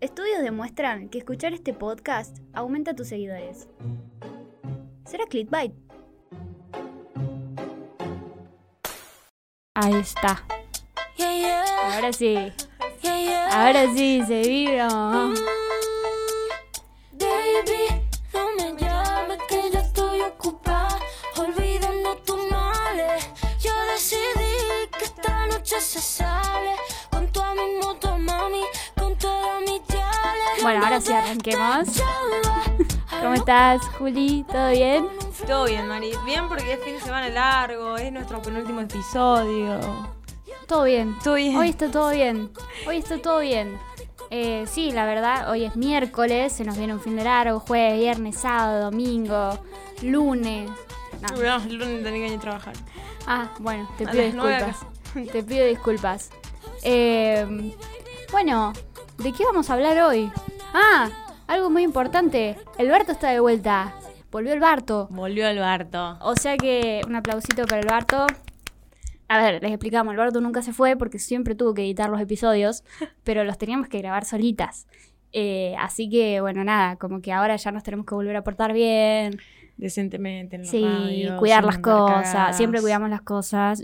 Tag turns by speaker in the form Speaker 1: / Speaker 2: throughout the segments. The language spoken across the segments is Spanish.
Speaker 1: Estudios demuestran que escuchar este podcast aumenta tus seguidores. ¿Será clickbait? Ahí está.
Speaker 2: Yeah, yeah,
Speaker 1: Ahora sí.
Speaker 2: yeah, yeah. Mm,
Speaker 1: Ahora sí, se vino.
Speaker 2: Baby, no me llames que yo estoy ocupada. Olvidando tus males. Yo decidí que esta noche se sale. Con tu mi moto, mami. Con todas mis diales.
Speaker 1: Bueno, ahora sí arranquemos. ¿Cómo estás, Juli? ¿Todo bien?
Speaker 3: Todo bien, Mari. Bien porque es fin de semana largo, es nuestro penúltimo episodio.
Speaker 1: Todo bien.
Speaker 3: Todo bien.
Speaker 1: Hoy está todo bien. Hoy está todo bien. Eh, sí, la verdad, hoy es miércoles, se nos viene un fin de largo, jueves, viernes, sábado, domingo, lunes. No.
Speaker 3: No, el lunes tenía que ir a trabajar.
Speaker 1: Ah, bueno, te
Speaker 3: A
Speaker 1: pido
Speaker 3: las nueve a
Speaker 1: disculpas. Te pido disculpas. Eh, bueno, ¿de qué vamos a hablar hoy? Ah, algo muy importante. El Barto está de vuelta. Volvió el Barto.
Speaker 3: Volvió Alberto.
Speaker 1: O sea que un aplausito para el Barto. A ver, les explicamos, el Barto nunca se fue porque siempre tuvo que editar los episodios, pero los teníamos que grabar solitas. Eh, así que, bueno, nada, como que ahora ya nos tenemos que volver a portar bien.
Speaker 3: Decentemente en la
Speaker 1: sí,
Speaker 3: radio,
Speaker 1: cuidar
Speaker 3: sin
Speaker 1: las
Speaker 3: mandar
Speaker 1: cosas.
Speaker 3: cagadas.
Speaker 1: Siempre cuidamos las cosas.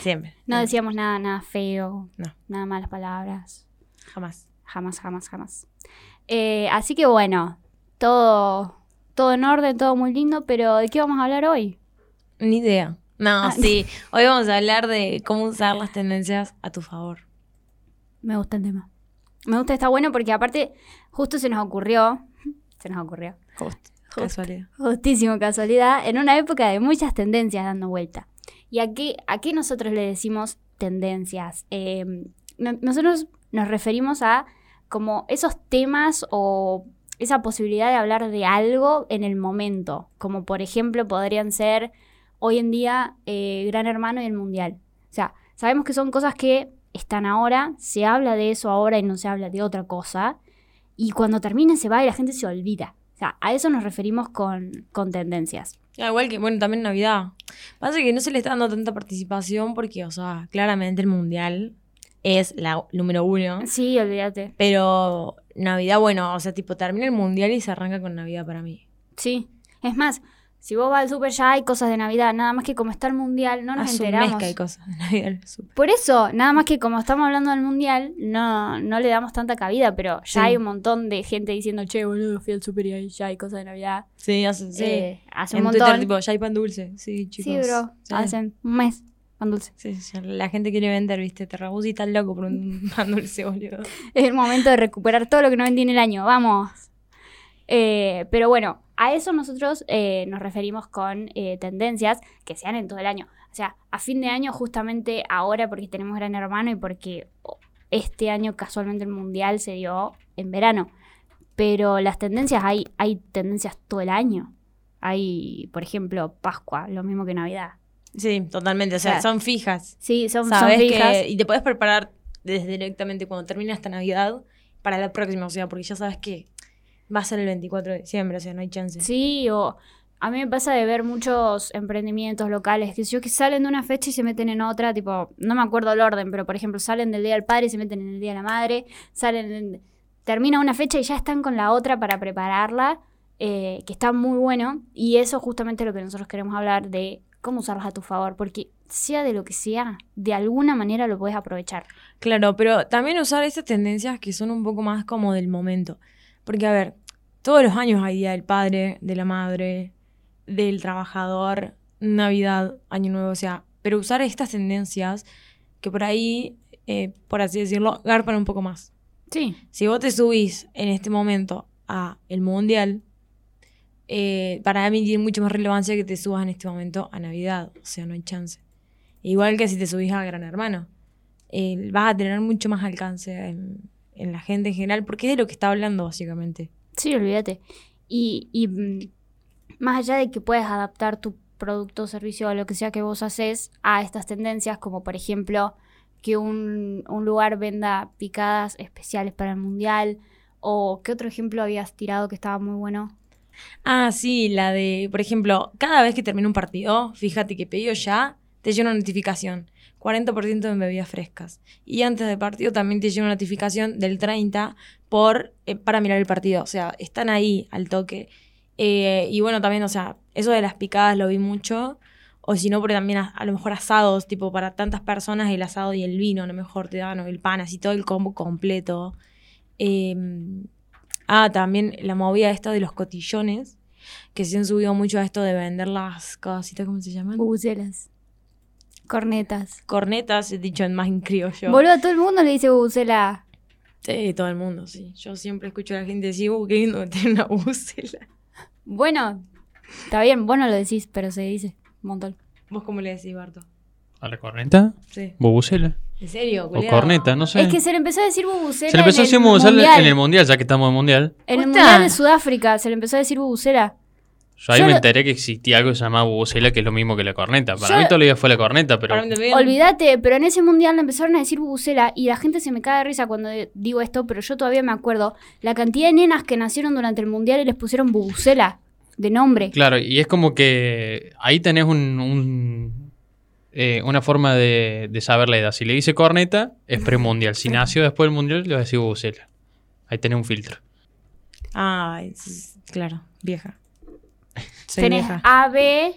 Speaker 3: Siempre.
Speaker 1: No
Speaker 3: Siempre.
Speaker 1: decíamos nada, nada feo,
Speaker 3: No,
Speaker 1: nada malas palabras.
Speaker 3: jamás.
Speaker 1: Jamás, jamás, jamás. Eh, así que bueno, todo, todo en orden, todo muy lindo, pero ¿de qué vamos a hablar hoy?
Speaker 3: Ni idea. No,
Speaker 1: Ah.
Speaker 3: sí. Hoy vamos a hablar de cómo usar las tendencias a tu favor.
Speaker 1: Me gusta el tema. Me gusta, está bueno porque aparte justo se nos ocurrió, se nos ocurrió,
Speaker 3: Just- Casualidad.
Speaker 1: justísimo casualidad, en una época de muchas tendencias dando vuelta. ¿Y a qué, a qué nosotros le decimos tendencias? Eh, no- nosotros nos referimos a como esos temas o esa posibilidad de hablar de algo en el momento, como por ejemplo podrían ser hoy en día eh, Gran Hermano y el Mundial. O sea, sabemos que son cosas que están ahora, se habla de eso ahora y no se habla de otra cosa, y cuando termina se va y la gente se olvida. O sea, a eso nos referimos con, con tendencias.
Speaker 3: Ah, igual que, bueno, también Navidad. Pasa que no se le está dando tanta participación porque, o sea, claramente el mundial es la número uno.
Speaker 1: Sí, olvídate.
Speaker 3: Pero Navidad, bueno, o sea, tipo, termina el mundial y se arranca con Navidad para mí.
Speaker 1: Sí. Es más, si vos vas al super ya hay cosas de Navidad, nada más que como está el mundial, no nos
Speaker 3: Hace un mes
Speaker 1: enteramos.
Speaker 3: que hay cosas de Navidad. súper.
Speaker 1: Por eso, nada más que como estamos hablando del mundial, no, no le damos tanta cabida, pero ya
Speaker 3: Sí.
Speaker 1: hay un montón de gente diciendo, che, boludo, fui al super y ahí ya hay cosas de Navidad.
Speaker 3: Sí, hace, sí.
Speaker 1: Eh, hace
Speaker 3: en
Speaker 1: un
Speaker 3: Twitter,
Speaker 1: montón.
Speaker 3: tipo, ya hay pan dulce. Sí, chicos.
Speaker 1: sí, bro.
Speaker 3: Sí.
Speaker 1: Hace un mes. Pan dulce.
Speaker 3: Sí, sí, la gente quiere vender, viste, te rebusas y tan loco por un pan dulce, boludo.
Speaker 1: Es el momento de recuperar todo lo que no vendí en el año. Vamos. Eh, pero bueno, a eso nosotros eh, nos referimos con eh, tendencias que sean en todo el año. O sea, a fin de año, justamente ahora, porque tenemos Gran Hermano y porque oh, este año casualmente el Mundial se dio en verano. Pero las tendencias, hay, hay tendencias todo el año. Hay, por ejemplo, Pascua, lo mismo que Navidad.
Speaker 3: Sí, totalmente. O sea,
Speaker 1: Claro.
Speaker 3: son fijas.
Speaker 1: Sí, son, son
Speaker 3: Sabes
Speaker 1: fijas.
Speaker 3: que. Y te puedes preparar desde directamente cuando termina esta Navidad para la próxima, o sea, porque ya sabes que va a ser el 24 de diciembre, o sea, no hay chance.
Speaker 1: Sí, o a mí me pasa de ver muchos emprendimientos locales que si yo que salen de una fecha y se meten en otra, tipo, no me acuerdo el orden, pero por ejemplo, salen del Día del Padre y se meten en el Día de la Madre, salen en- termina una fecha y ya están con la otra para prepararla, eh, que está muy bueno y eso justamente es lo que nosotros queremos hablar de cómo usarlos a tu favor, porque sea de lo que sea, de alguna manera lo puedes aprovechar.
Speaker 3: Claro, pero también usar estas tendencias que son un poco más como del momento. Porque, a ver, todos los años hay Día del Padre, de la Madre, del Trabajador, Navidad, Año Nuevo, o sea, pero usar estas tendencias que por ahí, eh, por así decirlo, garpan un poco más.
Speaker 1: Sí.
Speaker 3: Si vos te subís en este momento a el Mundial, eh, para mí tiene mucho más relevancia que te subas en este momento a Navidad. O sea, no hay chance. Igual que si te subís a Gran Hermano. eh, vas a tener mucho más alcance en, en la gente en general, porque es de lo que está hablando, básicamente.
Speaker 1: Sí, olvídate. Y, y, mm, más allá de que puedes adaptar tu producto o servicio a lo que sea que vos haces a estas tendencias, como por ejemplo que un, un lugar venda picadas especiales para el mundial, o qué otro ejemplo habías tirado que estaba muy bueno.
Speaker 3: Ah, sí, la de, por ejemplo, cada vez que termina un partido, fíjate que pedido ya, te llega una notificación. 40% en bebidas frescas. Y antes del partido también te llega una notificación del 30 por, eh, para mirar el partido. O sea, están ahí al toque. Eh, y bueno, también, o sea, eso de las picadas lo vi mucho. O si no, porque también a, a lo mejor asados, tipo para tantas personas, el asado y el vino, a lo mejor te dan, o el pan, así todo el combo completo. Eh, ah, también la movida esta de los cotillones, que se han subido mucho a esto de vender las cositas, ¿cómo se
Speaker 1: Uh.
Speaker 3: llaman?
Speaker 1: Bubucelas. Cornetas.
Speaker 3: Cornetas, dicho en más en criollo.
Speaker 1: Boludo, todo el mundo le dice bubucela.
Speaker 3: Sí, todo el mundo, sí. Yo siempre escucho a la gente decir, uh, qué lindo tener una bucela.
Speaker 1: Bueno, está bien, vos no lo decís, pero se dice un montón.
Speaker 3: ¿Vos cómo le decís, Barto?
Speaker 4: ¿A la corneta?
Speaker 3: Sí.
Speaker 4: ¿Bubucela?
Speaker 3: ¿En serio?
Speaker 4: ¿O
Speaker 3: culiao?
Speaker 4: corneta? No sé.
Speaker 1: Es que se le empezó a decir bubucela.
Speaker 4: se le empezó a decir
Speaker 1: en el
Speaker 4: bubucela
Speaker 1: mundial.
Speaker 4: en el mundial, ya que estamos en mundial.
Speaker 1: En el
Speaker 3: Puta.
Speaker 1: mundial de Sudáfrica se le empezó a decir bubucela.
Speaker 4: Yo ahí
Speaker 1: Yo
Speaker 4: me
Speaker 1: lo-
Speaker 4: enteré que existía algo que se llamaba bubucela, que es lo mismo que la corneta. Para
Speaker 1: Yo-
Speaker 4: mí todavía fue la corneta, pero.
Speaker 3: Para mí también.
Speaker 1: Olvídate, pero en ese mundial le empezaron a decir bubucela y la gente se me cae de risa cuando de- digo esto, pero yo todavía me acuerdo la cantidad de nenas que nacieron durante el mundial y les pusieron bubucela de nombre.
Speaker 4: Claro, y es como que ahí tenés un, un, eh, una forma de, de saber la edad. Si le dice corneta, es premundial. Si nació después del mundial, le vas a decir bubucela. Ahí tenés un filtro.
Speaker 3: Ah, es- claro, vieja. Soy
Speaker 1: Tenés
Speaker 3: vieja.
Speaker 1: A, B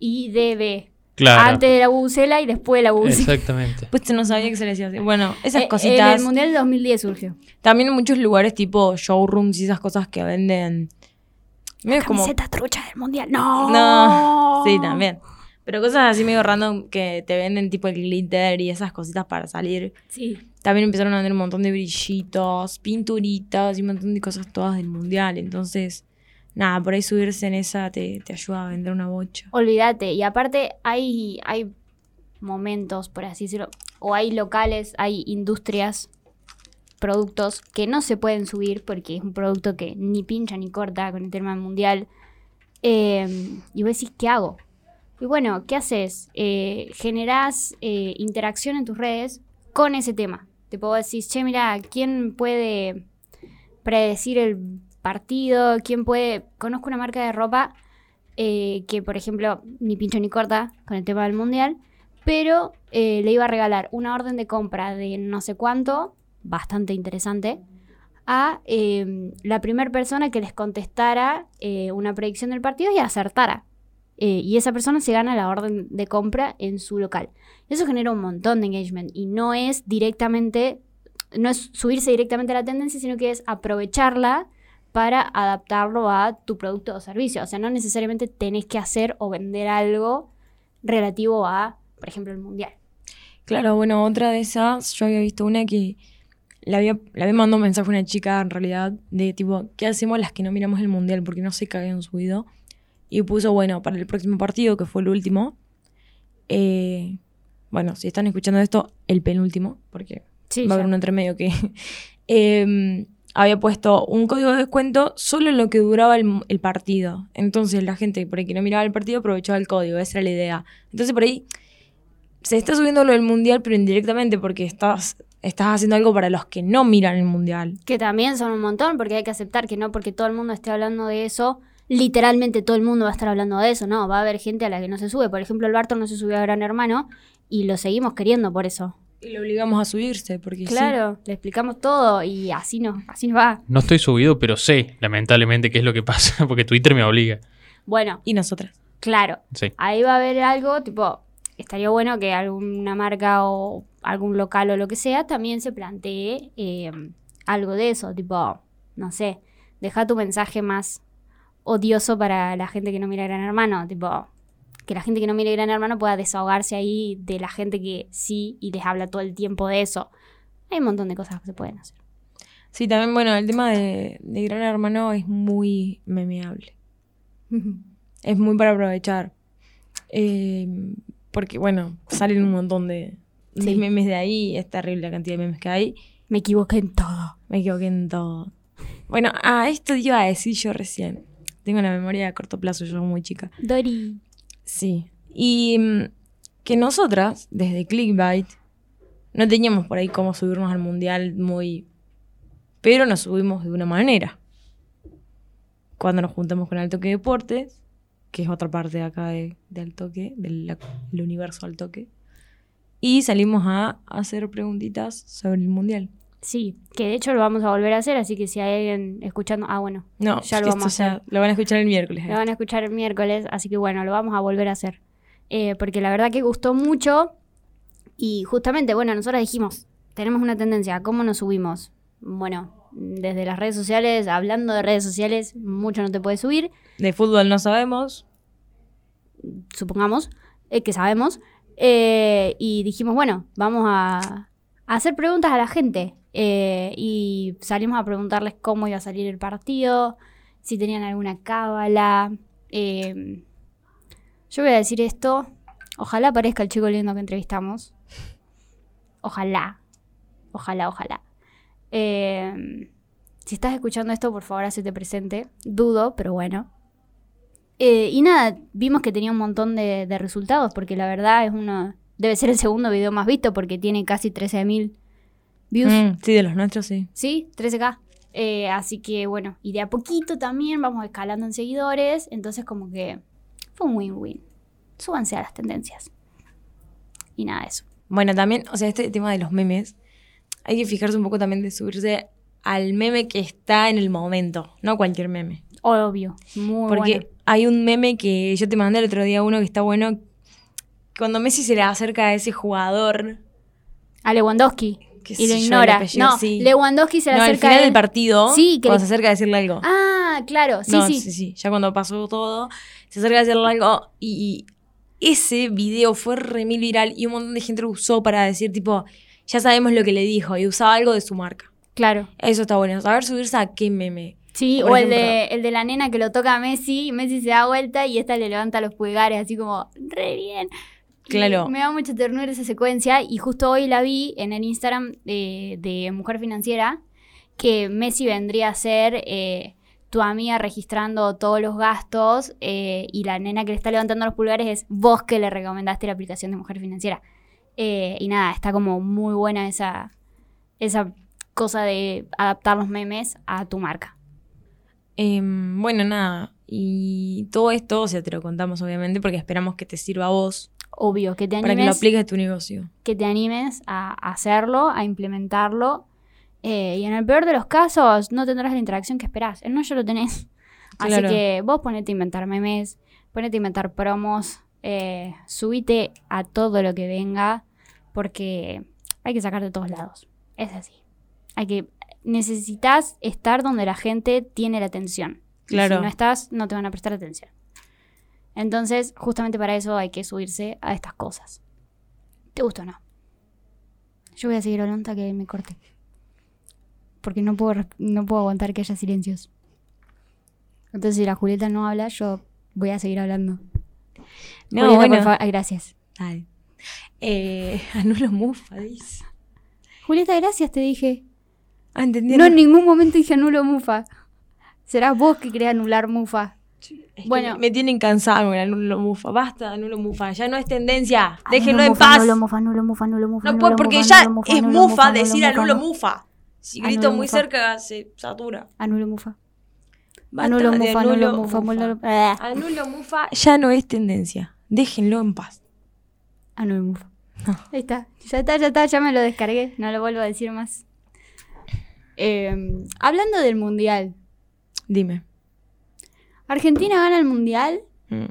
Speaker 1: y D, B.
Speaker 4: Claro.
Speaker 1: Antes de la bubucela y después de la bubucela.
Speaker 4: Exactamente.
Speaker 3: Pues no sabía que se le decía así. Bueno, esas
Speaker 1: Eh, En
Speaker 3: cositas.
Speaker 1: el mundial de 2010 surgió.
Speaker 3: También en muchos lugares tipo showrooms y esas cosas que venden. Medio como.
Speaker 1: Camiseta trucha del mundial. No.
Speaker 3: No. Sí, también. Pero cosas así medio random que te venden tipo el glitter y esas cositas para salir.
Speaker 1: Sí.
Speaker 3: También empezaron a vender un montón de brillitos, pinturitas y un montón de cosas todas del mundial. Entonces, nada, por ahí subirse en esa te, te ayuda a vender una bocha.
Speaker 1: Olvídate. Y aparte hay, hay momentos, por así decirlo, o hay locales, hay industrias, productos que no se pueden subir porque es un producto que ni pincha ni corta con el tema del mundial. Eh, y vos decís, ¿qué hago? Y bueno, ¿qué haces? Eh, generás eh, interacción en tus redes con ese tema. Te puedo decir, che, mira, ¿quién puede predecir el partido? ¿Quién puede...? Conozco una marca de ropa eh, que, por ejemplo, ni pincho ni corta con el tema del mundial, pero eh, le iba a regalar una orden de compra de no sé cuánto, bastante interesante, a eh, la primera persona que les contestara eh, una predicción del partido y acertara. Eh, y esa persona se gana la orden de compra en su local. Eso genera un montón de engagement y no es directamente, no es subirse directamente a la tendencia, sino que es aprovecharla para adaptarlo a tu producto o servicio. O sea, no necesariamente tenés que hacer o vender algo relativo a, por ejemplo, el mundial.
Speaker 3: Claro, bueno, otra de esas, yo había visto una que la había, la había mandado un mensaje a una chica en realidad de tipo, ¿qué hacemos las que no miramos el mundial? Porque no sé qué habían subido. Y puso, bueno, para el próximo partido, que fue el último. eh, bueno, si están escuchando esto, el penúltimo, porque
Speaker 1: Sí,
Speaker 3: va a haber un entremedio que em, había puesto un código de descuento solo en lo que duraba el, el partido. Entonces la gente por ahí que no miraba el partido aprovechaba el código, esa era la idea. Entonces por ahí se está subiendo lo del mundial, pero indirectamente porque estás, estás haciendo algo para los que no miran el mundial.
Speaker 1: Que también son un montón, porque hay que aceptar que no porque todo el mundo esté hablando de eso, literalmente todo el mundo va a estar hablando de eso, no, va a haber gente a la que no se sube. Por ejemplo, el Barton no se subió a Gran Hermano y lo seguimos queriendo por eso.
Speaker 3: Y lo obligamos a subirse, porque sí.
Speaker 1: Claro, le explicamos todo y así nos, así nos va.
Speaker 4: No estoy subido, pero sé, lamentablemente, qué es lo que pasa, porque Twitter me obliga.
Speaker 1: Bueno,
Speaker 3: Y nosotras.
Speaker 1: claro,
Speaker 4: Sí.
Speaker 1: ahí va a haber algo, tipo, estaría bueno que alguna marca o algún local o lo que sea también se plantee eh, algo de eso, tipo, no sé, deja tu mensaje más odioso para la gente que no mira Gran Hermano, tipo, que la gente que no mira Gran Hermano pueda desahogarse ahí de la gente que sí y les habla todo el tiempo de eso. Hay un montón de cosas que se pueden hacer.
Speaker 3: Sí, también, bueno, el tema de, de Gran Hermano es muy memeable. Es muy para aprovechar. Eh, porque, bueno, salen un montón de, de
Speaker 1: Sí.
Speaker 3: memes de ahí. Es terrible la cantidad de memes que hay.
Speaker 1: Me equivoqué en todo.
Speaker 3: Me equivoqué en todo. Bueno, a esto iba a decir yo recién. Tengo una memoria a corto plazo, yo muy chica.
Speaker 1: Dori.
Speaker 3: Sí. Y mm, que nosotras, desde Clickbait, no teníamos por ahí cómo subirnos al mundial muy. Pero nos subimos de una manera. Cuando nos juntamos con Altoque Deportes, que es otra parte de acá de, de Altoque, del la- el universo Altoque, y salimos a hacer preguntitas sobre el mundial.
Speaker 1: Sí, que de hecho lo vamos a volver a hacer, así que si hay alguien escuchando, ah, bueno,
Speaker 3: No,
Speaker 1: Ya
Speaker 3: es
Speaker 1: lo
Speaker 3: que
Speaker 1: vamos a
Speaker 3: esto ya
Speaker 1: hacer.
Speaker 3: lo van a escuchar el miércoles. ¿eh?
Speaker 1: lo van a escuchar el miércoles, así que bueno, lo vamos a volver a hacer. Eh, porque la verdad que gustó mucho y justamente, bueno, nosotros dijimos, tenemos una tendencia, ¿cómo nos subimos? Bueno, desde las redes sociales, hablando de redes sociales, mucho no te puedes subir,
Speaker 3: De fútbol no sabemos.
Speaker 1: supongamos, eh, que sabemos, eh, y dijimos, bueno, vamos a, a hacer preguntas a la gente. eh, y salimos a preguntarles cómo iba a salir el partido, si tenían alguna cábala. eh, yo voy a decir esto, ojalá aparezca el chico lindo que entrevistamos. Ojalá, ojalá, ojalá. Eh, si estás escuchando esto, por favor, hacete presente. Dudo, pero bueno. Eh, y nada, vimos que tenía un montón de, de resultados, porque la verdad es uno. Debe ser el segundo video más visto, porque tiene casi 13.000 views.
Speaker 3: Mm, sí, de los nuestros sí.
Speaker 1: Sí, 13K. Eh, así que bueno, y de a poquito también vamos escalando en seguidores. Entonces, como que fue un win-win. Súbanse a las tendencias. Y nada de eso.
Speaker 3: Bueno, también, o sea, este tema de los memes, hay que fijarse un poco también de subirse al meme que está en el momento, no cualquier meme.
Speaker 1: Obvio. Muy
Speaker 3: Porque
Speaker 1: bueno.
Speaker 3: hay un meme que yo te mandé el otro día, uno que está bueno, cuando Messi se le acerca a ese jugador.
Speaker 1: A Lewandowski.
Speaker 3: Qué sé
Speaker 1: Y lo
Speaker 3: yo, el
Speaker 1: ignora.
Speaker 3: apellido,
Speaker 1: No,
Speaker 3: sí.
Speaker 1: Lewandowski se le
Speaker 3: no, al
Speaker 1: acerca
Speaker 3: final
Speaker 1: a él.
Speaker 3: del partido,
Speaker 1: Sí, que
Speaker 3: cuando
Speaker 1: le-
Speaker 3: se acerca a decirle algo.
Speaker 1: Ah, claro. Sí,
Speaker 3: No,
Speaker 1: sí.
Speaker 3: sí, ya cuando pasó todo, se acerca a decirle algo y, y ese video fue re mil viral y un montón de gente lo usó para decir, tipo, ya sabemos lo que le dijo y usaba algo de su marca.
Speaker 1: Claro.
Speaker 3: Eso está bueno. Saber subirse a qué meme.
Speaker 1: Sí,
Speaker 3: Por
Speaker 1: o el
Speaker 3: ejemplo.
Speaker 1: de, el de la nena que lo toca a Messi, y Messi se da vuelta y esta le levanta los pulgares, así como, re bien. Y
Speaker 3: Claro.
Speaker 1: me da mucha ternura esa secuencia y justo hoy la vi en el Instagram de, de Mujer Financiera, que Messi vendría a ser eh, tu amiga registrando todos los gastos eh, y la nena que le está levantando los pulgares es vos que le recomendaste la aplicación de Mujer Financiera. Eh, y nada, está como muy buena esa, esa cosa de adaptar los memes a tu marca.
Speaker 3: Em, bueno, nada. Y todo esto, o sea, te lo contamos obviamente porque esperamos que te sirva a vos
Speaker 1: Obvio, que te
Speaker 3: para que lo
Speaker 1: animes, que,
Speaker 3: apliques a tu negocio.
Speaker 1: te animes a hacerlo, a implementarlo. eh, y en el peor de los casos, no tendrás la interacción que esperás. El no ya lo tenés. Así
Speaker 3: Claro.
Speaker 1: que vos ponete a inventar memes, ponete a inventar promos, eh, subite a todo lo que venga, porque hay que sacar de todos lados. Es así. Hay que necesitas estar donde la gente tiene la atención. Y
Speaker 3: Claro.
Speaker 1: Si no estás, no te van a prestar atención. Entonces, justamente para eso hay que subirse a estas cosas. ¿Te gusta o no? Yo voy a seguir hablando hasta que me corte. Porque no puedo, res- no puedo aguantar que haya silencios. Entonces, si la Julieta no habla, yo voy a seguir hablando.
Speaker 3: No,
Speaker 1: Julieta, por
Speaker 3: bueno.
Speaker 1: fa- ay, gracias.
Speaker 3: Dale. Eh, anulo mufa, dice.
Speaker 1: Julieta, gracias, te dije.
Speaker 3: Ah, entendí.
Speaker 1: No, en
Speaker 3: no.
Speaker 1: ningún momento dije anulo Mufa. Serás vos que querés anular Mufa.
Speaker 3: Es que
Speaker 1: bueno.
Speaker 3: Me tienen cansado con el anulo mufa. Basta, anulo mufa. Ya no es tendencia.
Speaker 1: Anulo
Speaker 3: Déjenlo en
Speaker 1: Mufa,
Speaker 3: paz.
Speaker 1: Anulo Mufa, anulo Mufa, anulo Mufa.
Speaker 3: no
Speaker 1: anulo
Speaker 3: puedo, porque
Speaker 1: Mufa,
Speaker 3: ya
Speaker 1: anulo Mufa,
Speaker 3: es
Speaker 1: anulo
Speaker 3: mufa
Speaker 1: Mufa,
Speaker 3: decir anulo
Speaker 1: Mufa.
Speaker 3: mufa. Si
Speaker 1: Anulo
Speaker 3: grito muy
Speaker 1: mufa.
Speaker 3: cerca, se satura.
Speaker 1: Anulo Mufa.
Speaker 3: Basta
Speaker 1: Anulo
Speaker 3: de
Speaker 1: Mufa, anulo Mufa,
Speaker 3: mufa.
Speaker 1: anulo Ah,
Speaker 3: Anulo Mufa ya no es tendencia. Déjenlo en paz.
Speaker 1: Anulo Mufa. Ahí está, ya está, ya está, ya me lo descargué. No lo vuelvo a decir más. Eh, hablando del mundial.
Speaker 3: Dime.
Speaker 1: Argentina gana el mundial,
Speaker 3: Mm.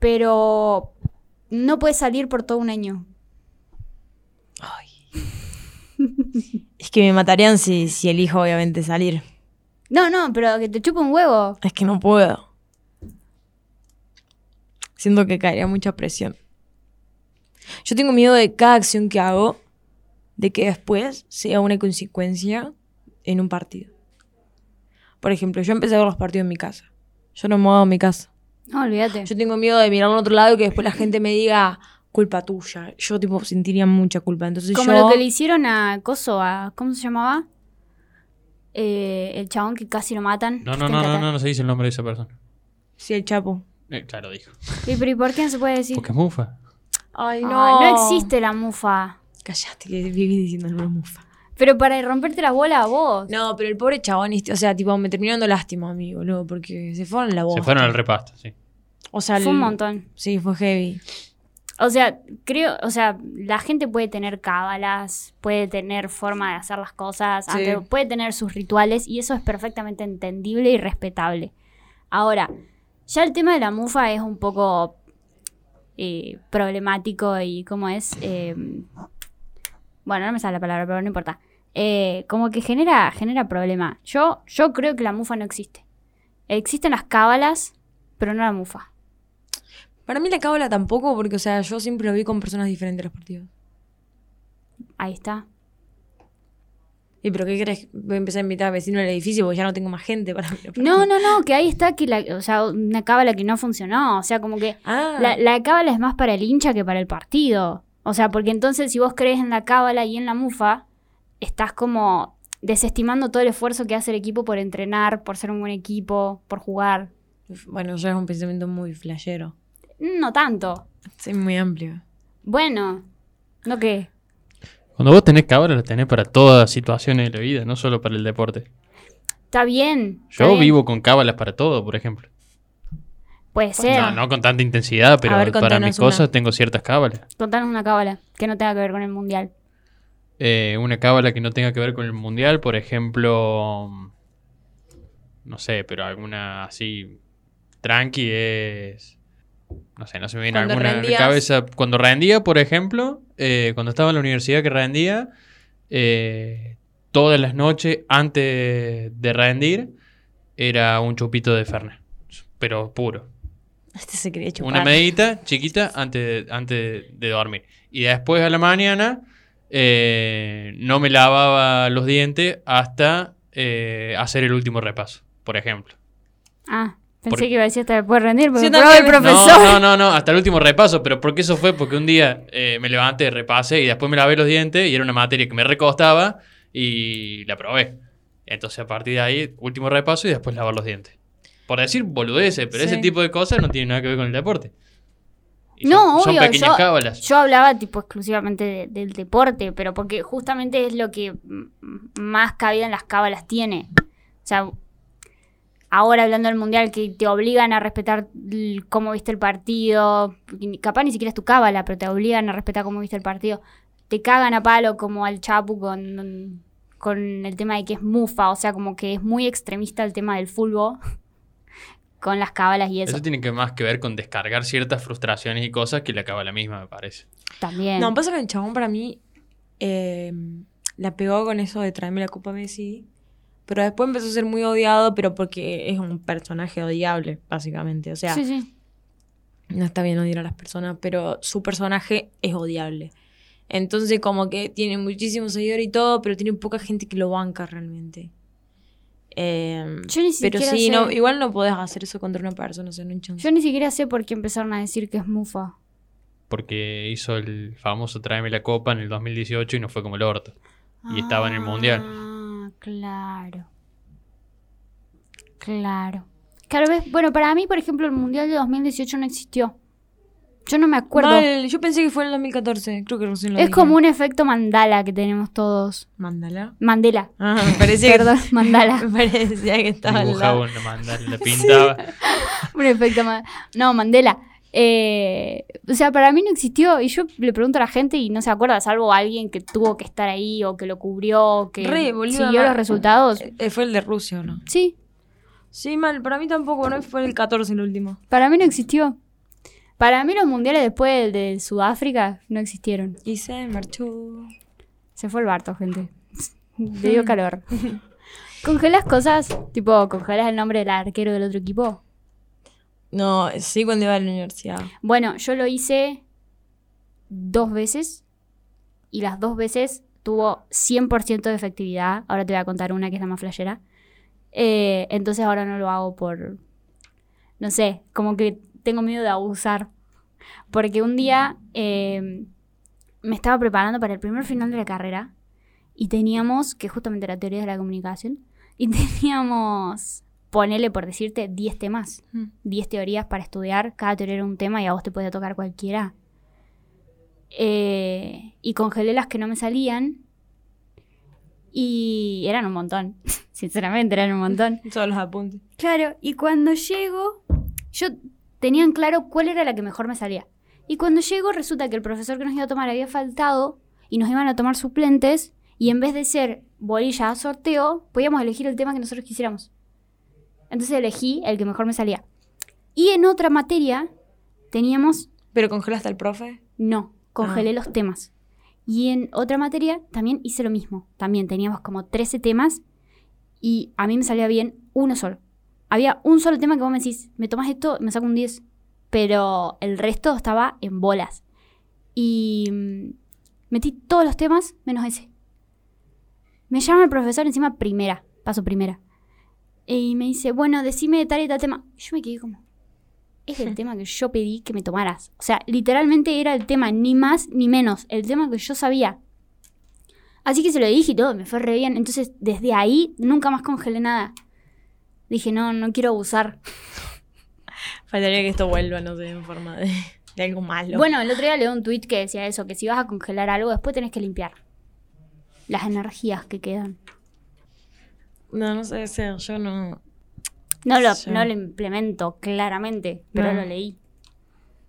Speaker 1: pero no puede salir por todo un año.
Speaker 3: Es que me matarían si, si elijo, obviamente, salir.
Speaker 1: No, no, pero que te chupa un huevo.
Speaker 3: Es que no puedo. Siento que caería mucha presión. Yo tengo miedo de cada acción que hago, de que después sea una consecuencia en un partido. Por ejemplo, yo empecé a ver los partidos en mi casa. Yo no me muevo a mi casa.
Speaker 1: No, olvídate.
Speaker 3: Yo tengo miedo de mirar a otro lado y que después la gente me diga culpa tuya. Yo tipo sentiría mucha culpa. Entonces
Speaker 1: Como
Speaker 3: yo
Speaker 1: lo que le hicieron a Coso, a. ¿Cómo se llamaba? Eh, el chabón que casi lo matan.
Speaker 4: No,
Speaker 1: que está
Speaker 4: no,
Speaker 1: en
Speaker 4: no, no,
Speaker 1: Qatar.
Speaker 4: no, no se dice el nombre de esa persona.
Speaker 3: Sí, el Chapo.
Speaker 4: Eh, claro, dijo.
Speaker 1: ¿Y pero ¿y por qué no se puede decir?
Speaker 4: Porque es mufa.
Speaker 3: Ay,
Speaker 1: Ah, no existe la mufa.
Speaker 3: Callaste que viví diciendo el mufa.
Speaker 1: Pero para romperte las bolas a vos.
Speaker 3: No, pero el pobre chabón, este, o sea, tipo, me terminó dando lástima a mí, boludo, porque se fueron a la bosta.
Speaker 4: Se fueron al repasto, sí.
Speaker 3: O sea,
Speaker 1: Fue un
Speaker 3: el-
Speaker 1: montón.
Speaker 3: Sí, fue heavy.
Speaker 1: O sea, creo, o sea, la gente puede tener cábalas, puede tener forma de hacer las cosas,
Speaker 3: Sí.
Speaker 1: aunque puede tener sus rituales y eso es perfectamente entendible y respetable. Ahora, ya el tema de la mufa es un poco eh, problemático y cómo es, Eh, bueno, no me sale la palabra, pero no importa. Eh, como que genera, genera problema. Yo, yo creo que la mufa no existe. Existen las cábalas, pero no la mufa.
Speaker 3: Para mí la cábala tampoco, porque, o sea, yo siempre lo vi con personas diferentes los partidos.
Speaker 1: Ahí está.
Speaker 3: ¿Y pero qué crees? Voy a empezar a invitar a vecinos del edificio porque ya no tengo más gente para ver los
Speaker 1: No,
Speaker 3: partidos.
Speaker 1: no, no, que ahí está que la, o sea, una cábala que no funcionó. O sea, como que
Speaker 3: Ah,
Speaker 1: la, la cábala es más para el hincha que para el partido. O sea, porque entonces si vos crees en la cábala y en la mufa, estás como desestimando todo el esfuerzo que hace el equipo por entrenar, por ser un buen equipo, por jugar.
Speaker 3: bueno, ya es un pensamiento muy flashero.
Speaker 1: No tanto.
Speaker 3: Sí, muy amplio.
Speaker 1: Bueno, ¿no qué?
Speaker 4: Cuando vos tenés cabra, la tenés para todas situaciones de la vida, no solo para el deporte.
Speaker 1: Está bien. está
Speaker 4: Yo
Speaker 1: bien.
Speaker 4: vivo con cábalas para todo, por ejemplo.
Speaker 1: Puede ser.
Speaker 4: No, no con tanta intensidad, pero
Speaker 3: A ver,
Speaker 4: para mis
Speaker 3: contanos una.
Speaker 4: cosas tengo ciertas cábalas.
Speaker 1: Contanos una cábala que no tenga que ver con el mundial.
Speaker 4: eh, una cábala que no tenga que ver con el mundial, por ejemplo, no sé, pero alguna así tranqui es, no sé, no se me viene
Speaker 3: Cuando
Speaker 4: alguna en la
Speaker 3: rendías.
Speaker 4: cabeza. Cuando rendía, por ejemplo, eh, cuando estaba en la universidad que rendía, eh, todas las noches antes de rendir era un chupito de Fernet, pero puro.
Speaker 3: Este se quería chupar.
Speaker 4: Una medita chiquita antes de, antes de dormir. Y después a la mañana eh, no me lavaba los dientes hasta eh, hacer el último repaso, por ejemplo.
Speaker 1: Ah, pensé
Speaker 4: Porque-
Speaker 1: que iba a decir hasta después de rendir, porque
Speaker 3: Yo
Speaker 1: probó el
Speaker 3: también.
Speaker 1: profesor.
Speaker 4: No, no, no, no, hasta el último repaso, pero porque eso fue porque un día eh, me levanté, repasé y después me lavé los dientes y era una materia que me recostaba y la probé. Entonces a partir de ahí, último repaso y después lavar los dientes. Por decir boludeces, pero ese
Speaker 3: Sí.
Speaker 4: tipo de cosas no tiene nada que ver con el deporte. Y
Speaker 1: No,
Speaker 4: son, son
Speaker 1: obvio,
Speaker 4: pequeñas
Speaker 1: yo-
Speaker 4: cábalas.
Speaker 1: Yo hablaba tipo exclusivamente de- del deporte, pero porque justamente es lo que m- más cabida en las cábalas tiene. O sea, ahora hablando del mundial que te obligan a respetar l- cómo viste el partido, y ni- capaz ni siquiera es tu cábala, pero te obligan a respetar cómo viste el partido. Te cagan a palo como al Chapu con, con el tema de que es mufa, o sea, como que es muy extremista el tema del fútbol con las cábalas y eso,
Speaker 4: Eso tiene que más que ver con descargar ciertas frustraciones y cosas que la cábala misma, me parece.
Speaker 1: también.
Speaker 3: No, pasa que el chabón para mí eh, la pegó con eso de traerme la Copa Messi. Pero después empezó a ser muy odiado, pero porque es un personaje odiable, básicamente. O sea,
Speaker 1: sí, sí.
Speaker 3: no está bien odiar a las personas, pero su personaje es odiable. Entonces, como que tiene muchísimos seguidores y todo, pero tiene poca gente que lo banca realmente. Eh,
Speaker 1: Yo ni
Speaker 3: pero
Speaker 1: siquiera
Speaker 3: sí,
Speaker 1: sé-
Speaker 3: no, igual no podés hacer eso contra una persona, o sea, no hay chance.
Speaker 1: Yo ni siquiera sé por qué empezaron a decir que es mufa.
Speaker 4: Porque hizo el famoso Tráeme la Copa en el 2018 y no fue como el orto. Y estaba en el Mundial.
Speaker 1: Ah, claro. Claro. Claro, ¿ves? Bueno, para mí, por ejemplo, el Mundial de 2018 no existió. Yo no me acuerdo.
Speaker 3: Mal, yo pensé que fue en el 2014, creo que recién lo
Speaker 1: es
Speaker 3: dije.
Speaker 1: como un efecto mandala que tenemos todos.
Speaker 3: Mándala.
Speaker 1: Mandela.
Speaker 3: Ah, me parecía
Speaker 1: Perdón,
Speaker 3: que...
Speaker 1: mandala.
Speaker 3: Me parecía que estaba al
Speaker 4: Dibujaba
Speaker 3: lado.
Speaker 4: una mandala, la pintaba.
Speaker 1: Un efecto ma- No, Mandela. Eh, o sea, para mí no existió. Y yo le pregunto a la gente y no se acuerda, salvo alguien que tuvo que estar ahí o que lo cubrió, o que
Speaker 3: Re, boluda,
Speaker 1: siguió
Speaker 3: ma-
Speaker 1: los resultados.
Speaker 3: Eh, Fue el de Rusia, ¿o no?
Speaker 1: Sí,
Speaker 3: Sí, mal, para mí tampoco, no fue el 14 el último.
Speaker 1: Para mí no existió. Para mí los mundiales después del de Sudáfrica no existieron.
Speaker 3: Y se marchó.
Speaker 1: Se fue el barto, gente. Le dio calor. ¿Congelas cosas? Tipo, ¿congelas el nombre del arquero del otro equipo?
Speaker 3: No, sí cuando iba a la universidad.
Speaker 1: Bueno, yo lo hice dos veces y las dos veces tuvo 100% de efectividad. Ahora te voy a contar una que es la más flashera. Eh, entonces ahora no lo hago por, no sé, como que tengo miedo de abusar. Porque un día eh, me estaba preparando para el primer final de la carrera y teníamos, que justamente era teoría de la comunicación, y teníamos, ponele por decirte, 10 temas.
Speaker 3: Mm.
Speaker 1: 10 teorías para estudiar, cada teoría era un tema y a vos te podía tocar cualquiera. Eh, y congelé las que no me salían y eran un montón, sinceramente eran un montón.
Speaker 3: Todos los apuntes.
Speaker 1: Claro, y cuando llego, yo tenía en claro cuál era la que mejor me salía. Y cuando llego, resulta que el profesor que nos iba a tomar había faltado y nos iban a tomar suplentes. Y en vez de ser bolilla a sorteo, podíamos elegir el tema que nosotros quisiéramos. Entonces elegí el que mejor me salía. Y en otra materia teníamos
Speaker 3: ¿Pero congelaste al profe?
Speaker 1: no, congelé
Speaker 3: Ah.
Speaker 1: los temas. Y en otra materia también hice lo mismo. También teníamos como 13 temas y a mí me salía bien uno solo. Había un solo tema que vos me decís, me tomás esto, me saco un 10. Pero el resto estaba en bolas. Y mm, metí todos los temas menos ese. Me llama el profesor encima primera, paso primera. Y me dice, bueno, decime tal y tal tema. Y yo me quedé como, es el tema que yo pedí que me tomaras. O sea, literalmente era el tema, ni más ni menos, el tema que yo sabía. Así que se lo dije y todo, me fue re bien. Entonces, desde ahí nunca más congelé nada. Dije, no, no quiero abusar.
Speaker 3: Faltaría que esto vuelva, no sé, en forma de, de algo malo.
Speaker 1: Bueno, el otro día leí un tweet que decía eso, que si vas a congelar algo, después tenés que limpiar las energías que quedan.
Speaker 3: No, no sé, o sea, yo no...
Speaker 1: No lo,
Speaker 3: Sí.
Speaker 1: no lo implemento claramente, pero
Speaker 3: No.
Speaker 1: lo leí.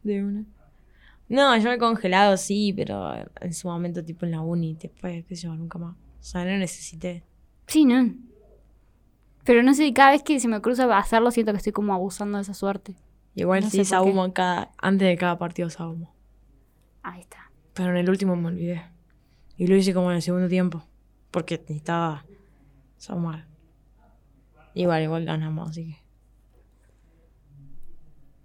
Speaker 3: De una. No, yo me he congelado, sí, pero en su momento, tipo en la uni, después, qué sé yo, nunca más. O sea, no necesité.
Speaker 1: Sí, no. Pero no sé, cada vez que se me cruza hacerlo, siento que estoy como abusando de esa suerte.
Speaker 3: Igual
Speaker 1: No
Speaker 3: sí
Speaker 1: sé por qué.
Speaker 3: sahumo en cada, antes de cada partido sahumo.
Speaker 1: Ahí está.
Speaker 3: Pero en el último me olvidé. Y lo hice como en el segundo tiempo. Porque necesitaba sahumar. Igual, igual ganamos, así que.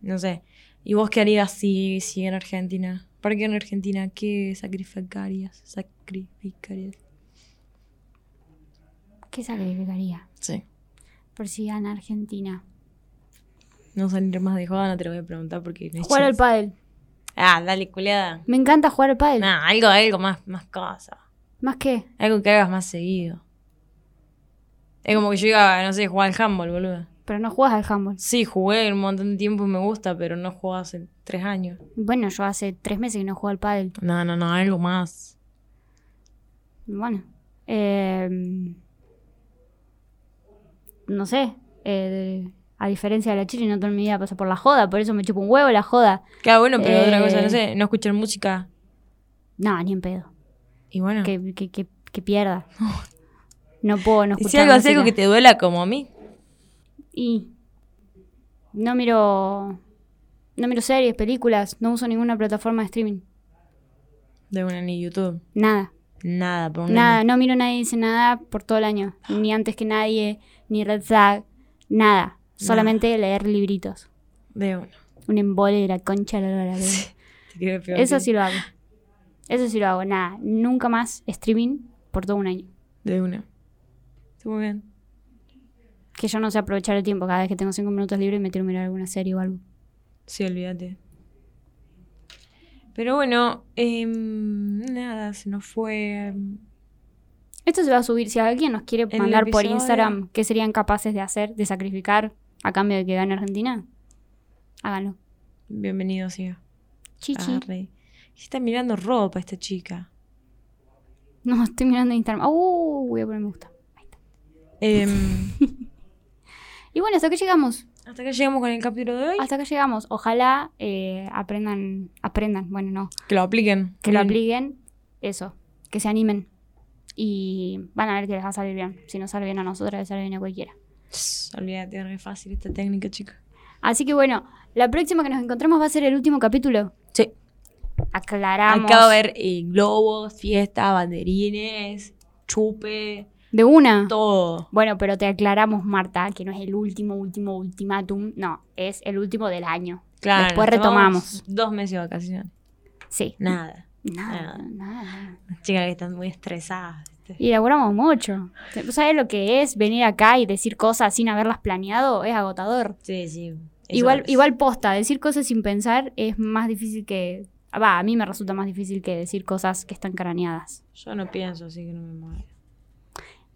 Speaker 3: No sé. ¿Y vos qué harías si, si en Argentina? ¿Para qué en Argentina? ¿Qué sacrificarías? ¿Sacrificarías?
Speaker 1: ¿Qué sacrificaría
Speaker 3: Sí.
Speaker 1: por si gana Argentina?
Speaker 3: No salir más de joda, no te lo voy a preguntar porque no hay
Speaker 1: Jugar al
Speaker 3: chance.
Speaker 1: pádel.
Speaker 3: Ah, dale, culeada.
Speaker 1: Me encanta jugar al pádel.
Speaker 3: Nah, algo, algo más, más cosa.
Speaker 1: Más que.
Speaker 3: Algo que hagas más seguido. Es como que yo iba, no sé, jugar al handball, boludo.
Speaker 1: Pero no juegas al handball.
Speaker 3: Sí, jugué un montón de tiempo y me gusta, pero no juego hace tres años.
Speaker 1: Bueno, yo hace tres meses que no juego al pádel.
Speaker 3: No, no, no, algo más.
Speaker 1: Bueno. eh, no sé. eh, a diferencia de la chile, no toda mi vida pasa por la joda. Por eso me chupo un huevo la joda.
Speaker 3: Claro, bueno, pero otra
Speaker 1: Eh.
Speaker 3: cosa, no sé, no escuchar música.
Speaker 1: No, ni en pedo.
Speaker 3: Y bueno,
Speaker 1: Que, que- que- que pierda. No puedo no
Speaker 3: y si
Speaker 1: escuchar
Speaker 3: algo hace algo que
Speaker 1: música.
Speaker 3: te duela como a mí.
Speaker 1: Y no miro no miro series, películas, no uso ninguna plataforma de streaming,
Speaker 3: De una ni YouTube.
Speaker 1: nada,
Speaker 3: Nada, por
Speaker 1: nada, no miro nadie dice nada por todo el año,
Speaker 3: Ah.
Speaker 1: ni antes que nadie, ni red flag, nada, solamente leer libritos,
Speaker 3: De una.
Speaker 1: un embole de la concha de la lora, bebé.
Speaker 3: Te quiero pegar
Speaker 1: Eso
Speaker 3: que-
Speaker 1: sí lo hago. Eso sí lo hago, nada, nunca más streaming por todo un año.
Speaker 3: De una. Estuvo muy bien.
Speaker 1: Que yo no sé aprovechar el tiempo, cada vez que tengo cinco minutos libres me quiero mirar alguna serie o algo.
Speaker 3: Sí, olvídate. Pero bueno, em, nada, se nos fue. em,
Speaker 1: Esto se va a subir. Si alguien nos quiere
Speaker 3: El
Speaker 1: mandar por
Speaker 3: episodio.
Speaker 1: Instagram qué serían capaces de hacer, de sacrificar a cambio de que gane Argentina, háganlo.
Speaker 3: Bienvenido, siga.
Speaker 1: Chichi.
Speaker 3: Arre. Está mirando ropa esta chica.
Speaker 1: No, estoy mirando Instagram. Uh, voy a poner me gusta.
Speaker 3: Em,
Speaker 1: Y bueno, hasta acá llegamos.
Speaker 3: hasta acá llegamos con el capítulo de hoy.
Speaker 1: Hasta acá llegamos. Ojalá eh, aprendan, aprendan, bueno, no,
Speaker 3: Que lo apliquen.
Speaker 1: que lo
Speaker 3: Bien.
Speaker 1: apliquen. Eso, que se animen. Y van a ver que les va a salir bien. Si no sale bien a nosotras, les sale bien a cualquiera.
Speaker 3: Tss, Olvídate, es re fácil esta técnica, chica.
Speaker 1: Así que bueno, la próxima que nos encontremos va a ser el último capítulo.
Speaker 3: Sí.
Speaker 1: Aclaramos.
Speaker 3: Acá va a haber eh, globos, fiesta, banderines, chupe,
Speaker 1: De una.
Speaker 3: todo.
Speaker 1: Bueno, pero te aclaramos, Marta, que no es el último, último, ultimátum. No, es el último del año.
Speaker 3: Claro.
Speaker 1: Después
Speaker 3: nos tomamos
Speaker 1: retomamos.
Speaker 3: Dos meses de vacaciones.
Speaker 1: Sí.
Speaker 3: Nada.
Speaker 1: Nada,
Speaker 3: Nada.
Speaker 1: nada.
Speaker 3: Chicas que están muy estresadas. ¿viste?
Speaker 1: Y elaboramos mucho. ¿Vos sabés lo que es venir acá y decir cosas sin haberlas planeado? Es agotador.
Speaker 3: Sí, sí. eso
Speaker 1: Igual,
Speaker 3: es.
Speaker 1: igual posta, decir cosas sin pensar es más difícil que... Va, a mí me resulta más difícil que decir cosas que están craneadas.
Speaker 3: Yo no pienso, así que no me mueve.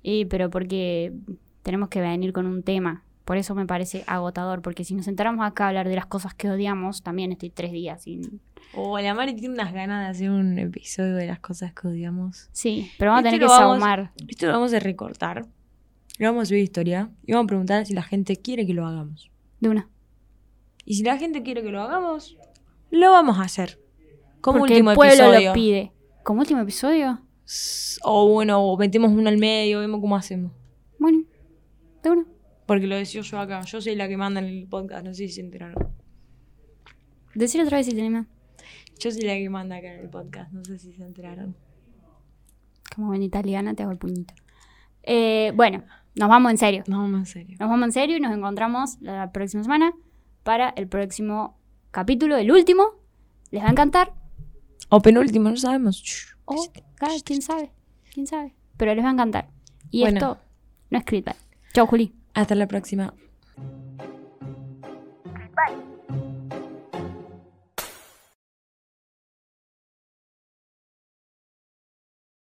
Speaker 1: Y, pero porque tenemos que venir con un tema. Por eso me parece agotador, porque si nos sentáramos acá a hablar de las cosas que odiamos, también estoy tres días sin...
Speaker 3: O Oh, la Mari tiene unas ganas de hacer un episodio de las cosas que odiamos.
Speaker 1: Sí, pero vamos a
Speaker 3: Este
Speaker 1: tener
Speaker 3: lo
Speaker 1: que
Speaker 3: vamos-
Speaker 1: sahumar.
Speaker 3: Esto lo vamos a recortar. Lo vamos a subir a historia. Y vamos a preguntar si la gente quiere que lo hagamos.
Speaker 1: De una.
Speaker 3: Y si la gente quiere que lo hagamos, lo vamos a hacer. Como
Speaker 1: porque
Speaker 3: último
Speaker 1: el pueblo
Speaker 3: episodio.
Speaker 1: lo pide. ¿Como último episodio?
Speaker 3: S- O bueno, o metemos uno al medio, vemos cómo hacemos.
Speaker 1: Bueno, de una.
Speaker 3: Porque lo decía yo acá. Yo soy la que manda en el podcast, no sé si se enteraron.
Speaker 1: Decir otra vez si tenés más.
Speaker 3: Yo soy la que manda acá en el podcast, no sé si se enteraron.
Speaker 1: Como buena italiana, te hago el puñito. Eh, bueno, nos vamos en serio.
Speaker 3: No, en serio.
Speaker 1: Nos vamos en serio y nos encontramos la próxima semana para el próximo capítulo, el último. Les va a encantar.
Speaker 3: O penúltimo, no sabemos. Shh,
Speaker 1: O,
Speaker 3: cállate.
Speaker 1: claro, quién sabe, quién sabe. Pero les va a encantar. Y
Speaker 3: Bueno.
Speaker 1: esto no es clickbait. Chau, Juli.
Speaker 3: Hasta la próxima.